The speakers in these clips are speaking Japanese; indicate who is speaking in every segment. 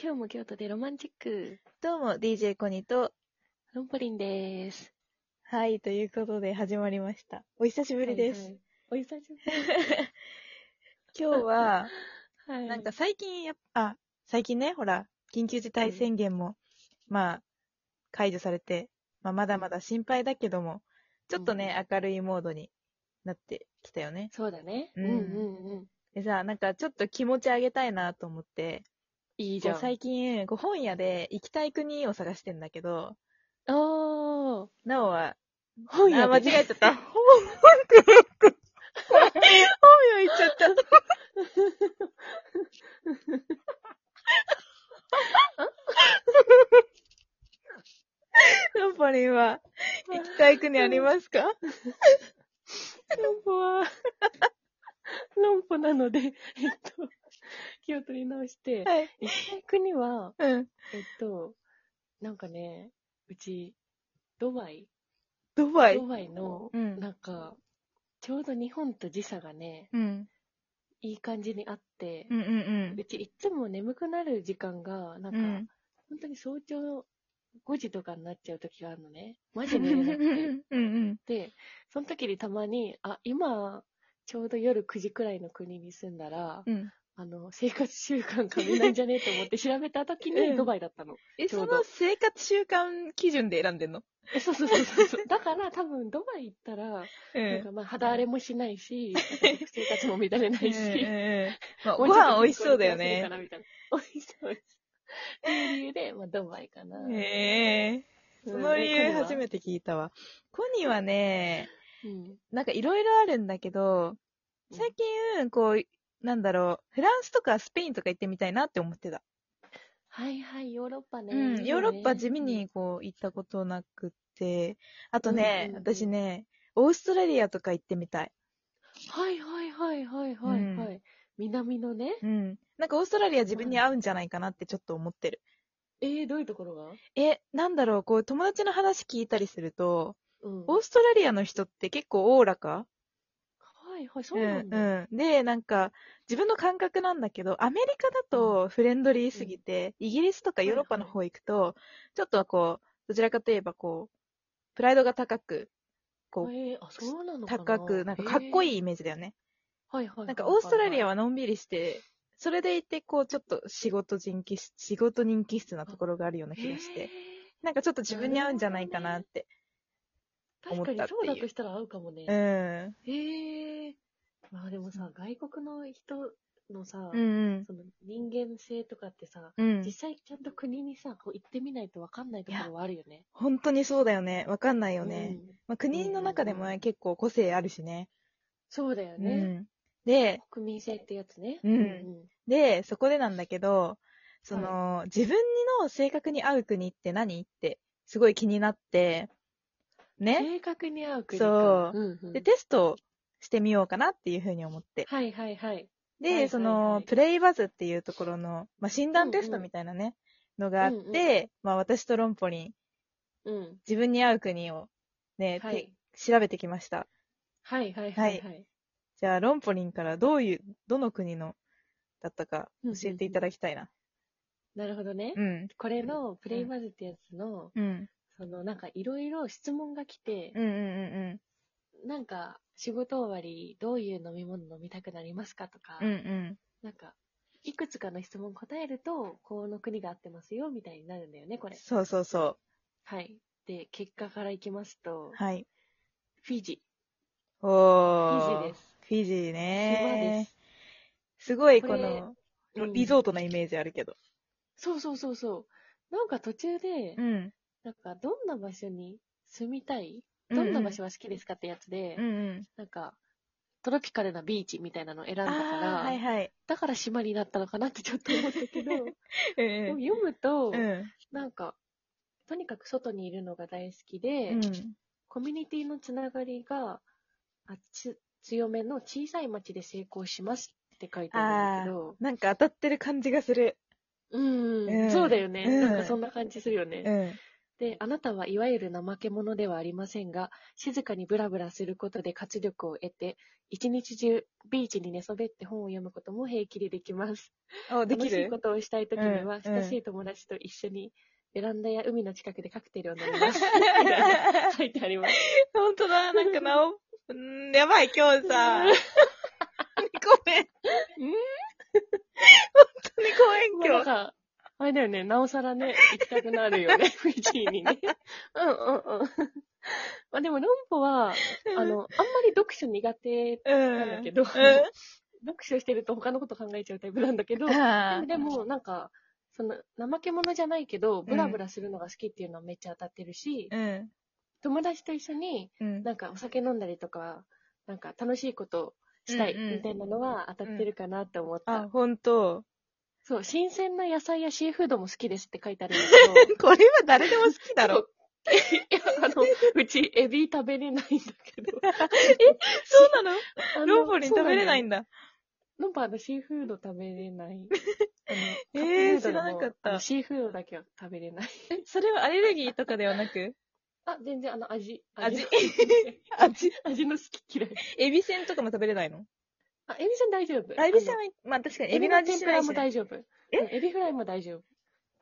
Speaker 1: 今日も京都でロマンチック、
Speaker 2: どうも、DJ コニと、
Speaker 1: ロンポリンです。
Speaker 2: はい、ということで始まりました。お久しぶりです。
Speaker 1: はいはい。お久しぶ
Speaker 2: 今日は、
Speaker 1: り。 はい。
Speaker 2: なんか、最近やっぱ、あ、最近ね、ほら、緊急事態宣言も、まあ、解除されて、まあ、まだまだ心配だけども、ちょっとね、明るいモードになってきたよね。
Speaker 1: そうだね。
Speaker 2: うん
Speaker 1: うんうん。
Speaker 2: でさ、なんかちょっと気持ち上げたいなと思って、
Speaker 1: いいじゃん。
Speaker 2: こう最近、こう本屋で行きたい国を探してんだけど、
Speaker 1: おー。
Speaker 2: なおは、
Speaker 1: 本
Speaker 2: あ、
Speaker 1: 屋
Speaker 2: 間
Speaker 1: で
Speaker 2: 違えちゃった。本、本屋行っちゃった。ロンポリンは、行きたい国ありますか
Speaker 1: ロンポは、 ロンポなので、えっと、気を取り直して、
Speaker 2: はい。
Speaker 1: 行きたい国は、
Speaker 2: うん。
Speaker 1: えっと、なんかね、うち、ドバイ、
Speaker 2: ドバイ
Speaker 1: ド。バイの、
Speaker 2: うん
Speaker 1: なんか、ちょうど日本と時差がね、
Speaker 2: うん。
Speaker 1: いい感じにあって、
Speaker 2: うんうん
Speaker 1: うちいつも眠くなる時間が、なんか、
Speaker 2: うん。うん。
Speaker 1: 本当に早朝5時とかになっちゃう時があるの ね。マジ寝れなくて。
Speaker 2: うん
Speaker 1: で、その時にたまに、あ、今、ちょうど夜9時くらいの国に住んだら、
Speaker 2: うん。
Speaker 1: あの、生活習慣変わないんじゃねえと思 って調べた時
Speaker 2: う
Speaker 1: に
Speaker 2: ん
Speaker 1: ドバイだったの。
Speaker 2: え、
Speaker 1: ちょ
Speaker 2: そう
Speaker 1: ど
Speaker 2: の生活習慣基準で選んでんの
Speaker 1: えそうそうそうそうそう。 だから多分ドバイ行ったら、
Speaker 2: う
Speaker 1: なんかまあ肌荒れもしないし、なんか生活も乱れな
Speaker 2: うん
Speaker 1: いし。
Speaker 2: うんまあ、ご飯美味しそうだ
Speaker 1: も
Speaker 2: よ
Speaker 1: うちょっと。健康に暮らせる
Speaker 2: ね
Speaker 1: かなみたいな美味しそうです。っていう理由で、まあドバイかな。
Speaker 2: へえ
Speaker 1: うん
Speaker 2: その理由初
Speaker 1: で
Speaker 2: めて聞いたわ。コニーはね、
Speaker 1: コニーはうん
Speaker 2: なんかいろいろあるんだけど、最近、こう、なんだろう、フランスとかスペインとか行ってみたいなって思ってた。
Speaker 1: はいはい、ヨーロッパね。
Speaker 2: うん、ヨーロッパ地味
Speaker 1: いいね
Speaker 2: にこう行ったことなくて、あと
Speaker 1: う
Speaker 2: ね、
Speaker 1: んうんうん
Speaker 2: 私ね、オーストラリアとか行ってみたい。
Speaker 1: はいはいはいはいはいはい。南のね。
Speaker 2: うん。なんかオーストラリア自分に合うんじゃないかなってちょっと思ってる。
Speaker 1: えー、どういうところが
Speaker 2: え、なんだろう、こう友達の話聞いたりすると、
Speaker 1: うん。
Speaker 2: オーストラリアの人って結構おおらか
Speaker 1: はいはい、そうなんだ。
Speaker 2: うんうん、で、なんか、自分の感覚なんだけど、アメリカだとフレンドリーすぎて、イギリスとかヨーロッパの方行くと、ちょっとはこう、どちらかといえばこう、プライドが高く、こう、
Speaker 1: えー、あ、そうなのかな
Speaker 2: 高く、なんかかっこ
Speaker 1: い。
Speaker 2: いいイメージだよね。
Speaker 1: はいはいはいはいはい。
Speaker 2: なんかオーストラリア
Speaker 1: は、
Speaker 2: はのんびりして、それでいて、こう、ちょっと仕事人気質、仕事人気質なところがあるような気がして、。なんかちょっと自分に合うんじゃないかなって。
Speaker 1: 確かに
Speaker 2: 思ったって
Speaker 1: そ
Speaker 2: い
Speaker 1: う
Speaker 2: う
Speaker 1: だとしたら合うかもね。
Speaker 2: うん。うん
Speaker 1: へえ。まあでもさ、外国の人のさ、
Speaker 2: うん。
Speaker 1: その人間性とかってさ、
Speaker 2: うん
Speaker 1: 実。際ちゃんと国にさ、こう行ってみないとわかんないところはあるよね。
Speaker 2: 本当にそうだよね。わかんないよ
Speaker 1: う
Speaker 2: ね。
Speaker 1: ん
Speaker 2: まあ、国の中でも
Speaker 1: うんうんう
Speaker 2: ね結構個性あるしね。
Speaker 1: そうだよ
Speaker 2: う
Speaker 1: ね。
Speaker 2: ん、で、
Speaker 1: 国民性ってやつね。
Speaker 2: うんで、そこでなんだけど、その、自分の性格に合う国って何って、すごい気になって、ね。
Speaker 1: 正確に合う国
Speaker 2: そ
Speaker 1: か。
Speaker 2: う
Speaker 1: うんうん
Speaker 2: で、テストをしてみようかなっていうふうに思って。
Speaker 1: はいはいはい。
Speaker 2: で、
Speaker 1: はい
Speaker 2: そ
Speaker 1: はいは
Speaker 2: の
Speaker 1: い、
Speaker 2: プレイバズっていうところの、まあ、診断テストみたいなね、のがあって、
Speaker 1: うんう
Speaker 2: まあ、私とロンポリン、
Speaker 1: うん。
Speaker 2: 自分に合う国をね、
Speaker 1: は
Speaker 2: て
Speaker 1: い。
Speaker 2: 調べてきました。
Speaker 1: はいはいはいはい。
Speaker 2: じゃあ、ロンポリンからどういう、どの国のだったか
Speaker 1: うん
Speaker 2: 教
Speaker 1: うんうん
Speaker 2: えていただきたいな。
Speaker 1: なるほどね。
Speaker 2: うん。
Speaker 1: これのプレイバズってやつの、
Speaker 2: うん。
Speaker 1: そのなんかいろいろ質問が来て
Speaker 2: う、んうんうん
Speaker 1: なんか仕事終わりどういう飲み物飲みたくなりますかとか、
Speaker 2: うん。うんうん。
Speaker 1: なんかいくつかの質問答えると、この国が合ってますよみたいになるんだよね、これ。
Speaker 2: そうそうそ
Speaker 1: はい。で、結果からいきますと
Speaker 2: う。、はい。
Speaker 1: フィジ。
Speaker 2: お
Speaker 1: フ
Speaker 2: ー。。
Speaker 1: ィジですす。
Speaker 2: フィジー
Speaker 1: 島で
Speaker 2: ね。すごいこ
Speaker 1: これ
Speaker 2: の、
Speaker 1: うん
Speaker 2: リゾートなイメージあるけど。
Speaker 1: そうそうそうそう。なんか途中で、
Speaker 2: ん。
Speaker 1: なんかどんな場所に住みたいどんな場所
Speaker 2: は
Speaker 1: が好きですかってやつで、
Speaker 2: うんうん。
Speaker 1: なんか、トロピカルなビーチみたいなのを選んだ
Speaker 2: あ
Speaker 1: から、
Speaker 2: あー、はいはい。
Speaker 1: だから島になったのかなってちょっと思ったけど、
Speaker 2: う
Speaker 1: で
Speaker 2: ん
Speaker 1: も読むと、
Speaker 2: うん。うん
Speaker 1: なんか、とにかく外にいるのが大好きで、
Speaker 2: うん。
Speaker 1: コミュニティのつながりがあつ強めの小さい町で成功しますって書いてあるんだけど、
Speaker 2: なんか当たってる感じがする。
Speaker 1: うん、
Speaker 2: うん
Speaker 1: そうだよね、
Speaker 2: うん
Speaker 1: なんかそんな感じするよね。
Speaker 2: うん。
Speaker 1: で、あなたはいわゆる怠け者ではありませんが、静かにブラブラすることで活力を得て、一日中ビーチに寝そべって本を読むことも平気でできます。
Speaker 2: お、でき
Speaker 1: 楽しい
Speaker 2: る
Speaker 1: こと をしたいときには、
Speaker 2: うん
Speaker 1: 親しい友達と一緒にベランダや海の近くでカクテルを飲み ます。書いてあります。
Speaker 2: 本当だ、なんかなお、うーんやばい、今日 さ、
Speaker 1: うん
Speaker 2: ごめん。本当にごめん、
Speaker 1: な
Speaker 2: 今
Speaker 1: ん
Speaker 2: 日。
Speaker 1: か、あれだよね、なおさらね、行きたくなるよ ね、フィジーにね。うんうんうん。まあでも、論法は、あの、あんまり読書苦手
Speaker 2: うん、
Speaker 1: なんだけど、 読
Speaker 2: う
Speaker 1: 書してると他のこと考えちゃうタイプなんだけど
Speaker 2: ん。、あー
Speaker 1: でも、なんか、その、怠け者じゃないけど、ブラブラするのが好きっていうのはめっちゃ当たってるし、
Speaker 2: うん。
Speaker 1: 友達と一緒に、
Speaker 2: うん。
Speaker 1: なんかお酒飲んだりとか、なんか楽しいことしたい
Speaker 2: うんうん
Speaker 1: みたいなのは当たってるかなって思った。
Speaker 2: あ、本当。
Speaker 1: そう、新鮮な野菜やシーフードも好きですって書いてあるんだ
Speaker 2: これは誰でも好きだろ。
Speaker 1: けど、いや、あの、うちエビ食べれないんだけど。
Speaker 2: そうな
Speaker 1: あの
Speaker 2: のローボに食べれない
Speaker 1: そ
Speaker 2: んだ。
Speaker 1: うなんだよ。ロンポあのシーフード食べれ ない。あの
Speaker 2: えー
Speaker 1: カップヌードルも
Speaker 2: 知らなかった
Speaker 1: あのシーフードだけは食べれない。
Speaker 2: えそれはアレルギーとかではなく
Speaker 1: あ、全然あの味。
Speaker 2: 味
Speaker 1: の。
Speaker 2: 味
Speaker 1: 味の好き嫌い。
Speaker 2: エビせんとかも食べれないの
Speaker 1: あ、エビちゃん大丈夫。
Speaker 2: あエビせん
Speaker 1: あ
Speaker 2: は、まあ確か
Speaker 1: の
Speaker 2: に
Speaker 1: エ
Speaker 2: エ
Speaker 1: ビ
Speaker 2: ビ
Speaker 1: の
Speaker 2: の味
Speaker 1: 天
Speaker 2: し
Speaker 1: ぷ
Speaker 2: な
Speaker 1: ら
Speaker 2: いし
Speaker 1: も
Speaker 2: ね、
Speaker 1: 大丈夫。
Speaker 2: え
Speaker 1: うんエビフライも大丈夫。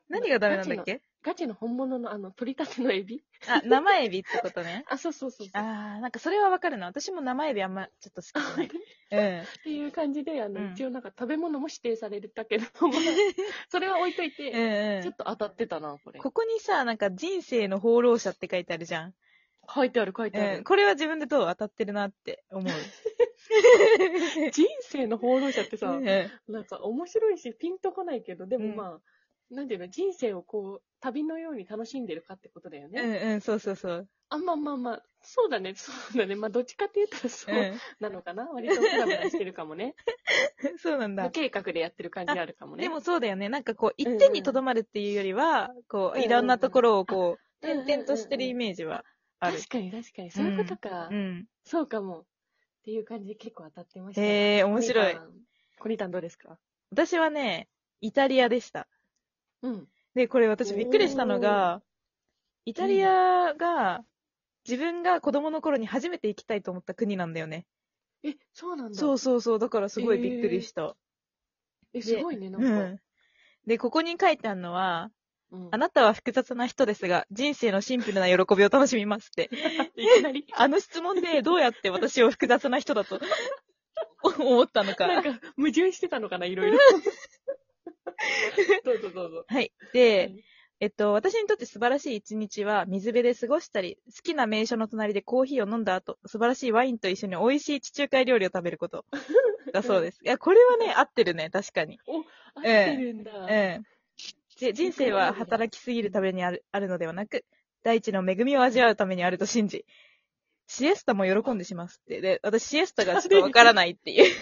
Speaker 2: 何がダメなんだっけ
Speaker 1: ガチの本物のあの、取りたてのエビ
Speaker 2: あ、生エビってことね。
Speaker 1: あ、そうそうそうそう。
Speaker 2: あー、なんかそれはわかるな。私も生エビあんまちょっと好きじゃない。 うん。
Speaker 1: っていう感じで、あの、
Speaker 2: うん
Speaker 1: 一応なんか食べ物も指定された けども、それは置いといて、
Speaker 2: うん
Speaker 1: ちょっと当たってたな、これ。
Speaker 2: ここにさ、なんか人生の放浪者って書いてあるじゃん。
Speaker 1: 書いてある書いてあ
Speaker 2: う
Speaker 1: る
Speaker 2: ん。。これは自分でどう当たってるなって 思う。
Speaker 1: 人生の放浪者ってさ、
Speaker 2: うん
Speaker 1: なんか面白いし、ピンとこないけど、で
Speaker 2: う
Speaker 1: も
Speaker 2: ん
Speaker 1: まあ、なんていうの、人生をこう、旅のように楽しんでるかってことだよね。
Speaker 2: うんうん、そうそうそう。。
Speaker 1: あ、まあまあまあ、そうだね、そうだね。まあ、どっちかって言ったらそううんなのかな、割とブラブラしてるかも ね。
Speaker 2: そうなんだ
Speaker 1: 無。計画でやってる感じあるかもね。
Speaker 2: でもそうだよね。なんかこう、
Speaker 1: うんうん
Speaker 2: 一点にとどまるっていうよりは、こ
Speaker 1: うん
Speaker 2: う、
Speaker 1: うん
Speaker 2: いろんなところをこう、
Speaker 1: あうんうんうんうん
Speaker 2: 点々としてるイメージはある。
Speaker 1: 確かに確かに、そういうことか。
Speaker 2: うん。
Speaker 1: そうかも。っていう感じで結構当たってましたが。
Speaker 2: へえ、面白
Speaker 1: コ
Speaker 2: い
Speaker 1: ニ。タン。コニタンどうですか
Speaker 2: 私はね、イタリアでした。
Speaker 1: うん。
Speaker 2: で、これ私びっくりしたのが、イタリアが、自分が子供の頃に初めて行きたいと思った国なんだよね。
Speaker 1: え、そうなんだ。
Speaker 2: そうそうそう、だからすごいびっくりした。
Speaker 1: え、すごいね、なん
Speaker 2: う
Speaker 1: か。
Speaker 2: ん。で、ここに書いてあるのは、
Speaker 1: うん
Speaker 2: あなたは複雑な人ですが、人生のシンプルな喜びを楽しみますって。
Speaker 1: いきなり。
Speaker 2: あの質問でどうやって私を複雑な人 だと思ったのか。
Speaker 1: なんか、矛盾してたのかな、いろい ろ。どうぞどうぞ。
Speaker 2: はい。で、
Speaker 1: うん
Speaker 2: えっと、私にとって素晴らしい一日は水辺で過ごしたり、好きな名所の隣でコーヒーを飲んだ後、素晴らしいワインと一緒に美味しい地中海料理を食べること。だそ うです。いや、これはね、合ってるね、確かに。
Speaker 1: 合ってるんだ。
Speaker 2: うん。じ人生は働きすぎるためにあるあるのではなく、大地の恵みを味わうためにあると信じ、シエスタも喜んでしますって。で、私シエスタがちょっとわからないって いう。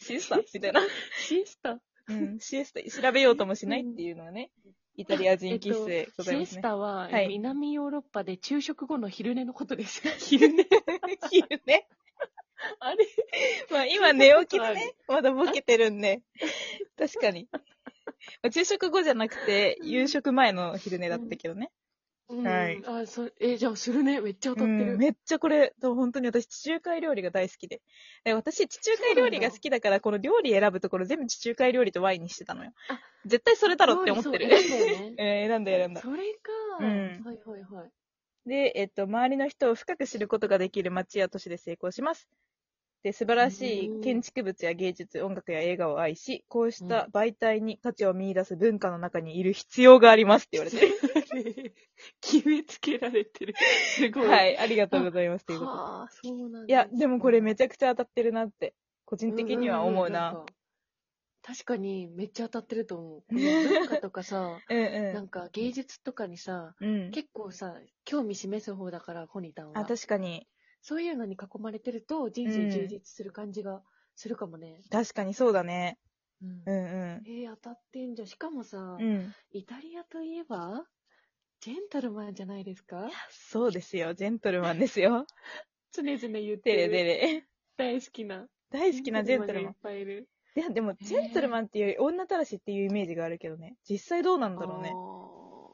Speaker 2: シエスタみたいな。
Speaker 1: シスタ
Speaker 2: うん、シエスタ調べようともしないっていうのはね、イタリア人気質でござい
Speaker 1: シ
Speaker 2: ま
Speaker 1: エ
Speaker 2: す
Speaker 1: ス
Speaker 2: ね。
Speaker 1: タは、
Speaker 2: はい
Speaker 1: 南ヨーロッパで昼食後の昼寝のこと です。昼寝
Speaker 2: 昼ね。
Speaker 1: あれ
Speaker 2: まあ今寝起きで ね、まだボケてるんで。確かに。まあ昼食後じゃなくて、夕食前の昼寝だったけどね。はい
Speaker 1: うんあ、そえ、じゃあ、するね。めっちゃ当た
Speaker 2: う
Speaker 1: って
Speaker 2: ん
Speaker 1: る。
Speaker 2: めっちゃこれ、本当に私、地中海料理が大好きで。え私、地中海料理が好きだから、この料理選ぶところ全部地中海料理とワインにしてたのよ
Speaker 1: あ。
Speaker 2: 絶対それだろって思ってる。
Speaker 1: そうそう選んだよね
Speaker 2: えー選んだ選んだ。
Speaker 1: それか、
Speaker 2: うん
Speaker 1: はいはいはい。
Speaker 2: で、えっと、周りの人を深く知ることができる街や都市で成功します。で、素晴らし
Speaker 1: うん
Speaker 2: い建築物や芸術、音楽や映画を愛し、こうした媒体に価値を見出す文化の中にいる必要がありますって言われて。
Speaker 1: 決めつけられてる。 すごい。。
Speaker 2: はいい、ありがとうございますということで。
Speaker 1: はあ、そうなんだ。
Speaker 2: いや、でもこれめちゃくちゃ当たってるなって、個人的には思うん
Speaker 1: んん
Speaker 2: な。
Speaker 1: んか確かに、めっちゃ当たってると 思う。この文化とかさ、
Speaker 2: うん
Speaker 1: なんか芸術とかにさ、
Speaker 2: うん。うん。
Speaker 1: 結構さ、興味示す方だから、コニタンは。
Speaker 2: あ、確かに。
Speaker 1: そういうのに囲まれてると、人生充実する感じがするかもね。
Speaker 2: 確かにそうだね。
Speaker 1: うん
Speaker 2: うんう
Speaker 1: えー、当たってんじゃん。しかもさ、
Speaker 2: ん。うん。
Speaker 1: イタリアといえば、ジェントルマンじゃないですか
Speaker 2: そうですよ。ジェントルマンで すよ。
Speaker 1: 常々言って
Speaker 2: テレ
Speaker 1: る。
Speaker 2: デレ。
Speaker 1: 大好きな。
Speaker 2: 大好きなジェントルマン
Speaker 1: がいっ。ぱいいる。
Speaker 2: いや、でも、
Speaker 1: え
Speaker 2: ジェントルマンっていうより女たらしっていうイメージがあるけどね。実際どうなんだろうね。
Speaker 1: あ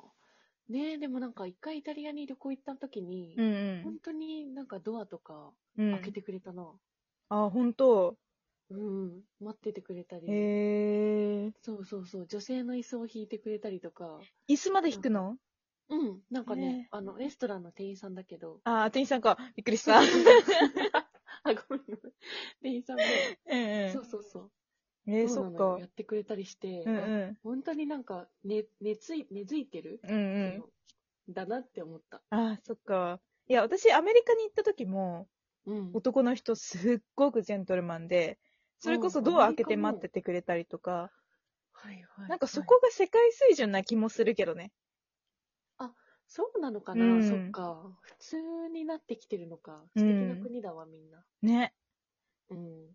Speaker 1: ねえ、でもなんか一回イタリアに旅行行った時に、
Speaker 2: うん
Speaker 1: 本当になんかドアとか
Speaker 2: うん。
Speaker 1: 開けてくれたな。
Speaker 2: あ、本当。
Speaker 1: うん、待っててくれたり、
Speaker 2: へえ。
Speaker 1: そうそうそう、女性の椅子を引いてくれたりとか、
Speaker 2: 椅子まで引くの
Speaker 1: うん、なんかね、
Speaker 2: ね
Speaker 1: あの、レストランの店員さんだけ ど、
Speaker 2: あ、店員さんか。びっくりした。
Speaker 1: あ、ごめんごめん。店員さんも、
Speaker 2: え
Speaker 1: そうそうそう。
Speaker 2: えー、
Speaker 1: そう
Speaker 2: そ
Speaker 1: な
Speaker 2: っ
Speaker 1: の
Speaker 2: か
Speaker 1: よや。ってくれたりして、
Speaker 2: うんう
Speaker 1: あ
Speaker 2: ん。
Speaker 1: 本当になんか、ね、根付い、根付いてる、
Speaker 2: うんうん。
Speaker 1: そのだなって思った。
Speaker 2: あ、そっか。いや、私、アメリカに行った時も、
Speaker 1: うん。
Speaker 2: 男の人すっごくジェントルマンで、それこそドア開けて待っててくれたりとか、
Speaker 1: はいはい。
Speaker 2: なんかそこが世界水準な気もするけどね。
Speaker 1: そうなのかな、
Speaker 2: うん
Speaker 1: そっか。普通になってきてるのか。
Speaker 2: う
Speaker 1: 素
Speaker 2: ん
Speaker 1: 敵な国だわ、みんな。
Speaker 2: ね。
Speaker 1: うん。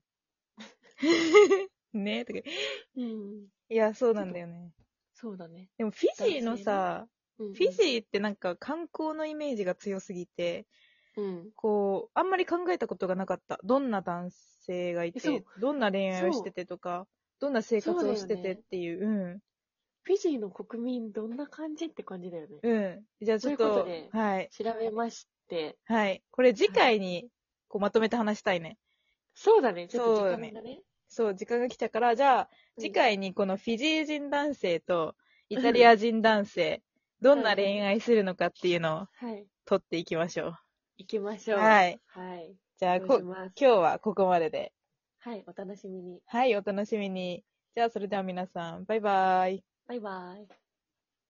Speaker 2: ねとか。い
Speaker 1: うん。
Speaker 2: や、そうなんだよね。
Speaker 1: そうだね。
Speaker 2: でも、フィジーのさ、
Speaker 1: フ
Speaker 2: フィジーってなんか観光のイメージが強すぎて、
Speaker 1: うん。
Speaker 2: こう、あんまり考えたことがなかった。どんな男性がい
Speaker 1: えそう
Speaker 2: て、どんな恋愛をしててとか、どんな生活をして
Speaker 1: そうだ
Speaker 2: て
Speaker 1: よ
Speaker 2: っ
Speaker 1: ね
Speaker 2: ていう。うん。
Speaker 1: フィジーの国民どんな感じって感じだよね。
Speaker 2: うん。じゃあちょっ、
Speaker 1: ということとで
Speaker 2: はい。
Speaker 1: 調べまして。
Speaker 2: はい。これ次回に、こうまとめて話したいね。
Speaker 1: そうだね、ちょっと時
Speaker 2: そう
Speaker 1: 間
Speaker 2: だ
Speaker 1: がね。
Speaker 2: そう、時間が来たから、じゃあ、次回にこのフィジー人男性とイタリア人男性、どんな恋愛するのかっていうのを
Speaker 1: うん。はい。
Speaker 2: 取っていきましょ
Speaker 1: 行きまし
Speaker 2: う。
Speaker 1: ょう。い。
Speaker 2: はい。
Speaker 1: はい。
Speaker 2: じゃあ
Speaker 1: そう
Speaker 2: こ、
Speaker 1: し
Speaker 2: 今
Speaker 1: ます。
Speaker 2: 日はここまでで。
Speaker 1: はい、お楽しみに。
Speaker 2: はい、お楽しみに。じゃあ、それでは皆さん、バイバイ。
Speaker 1: バイバイ。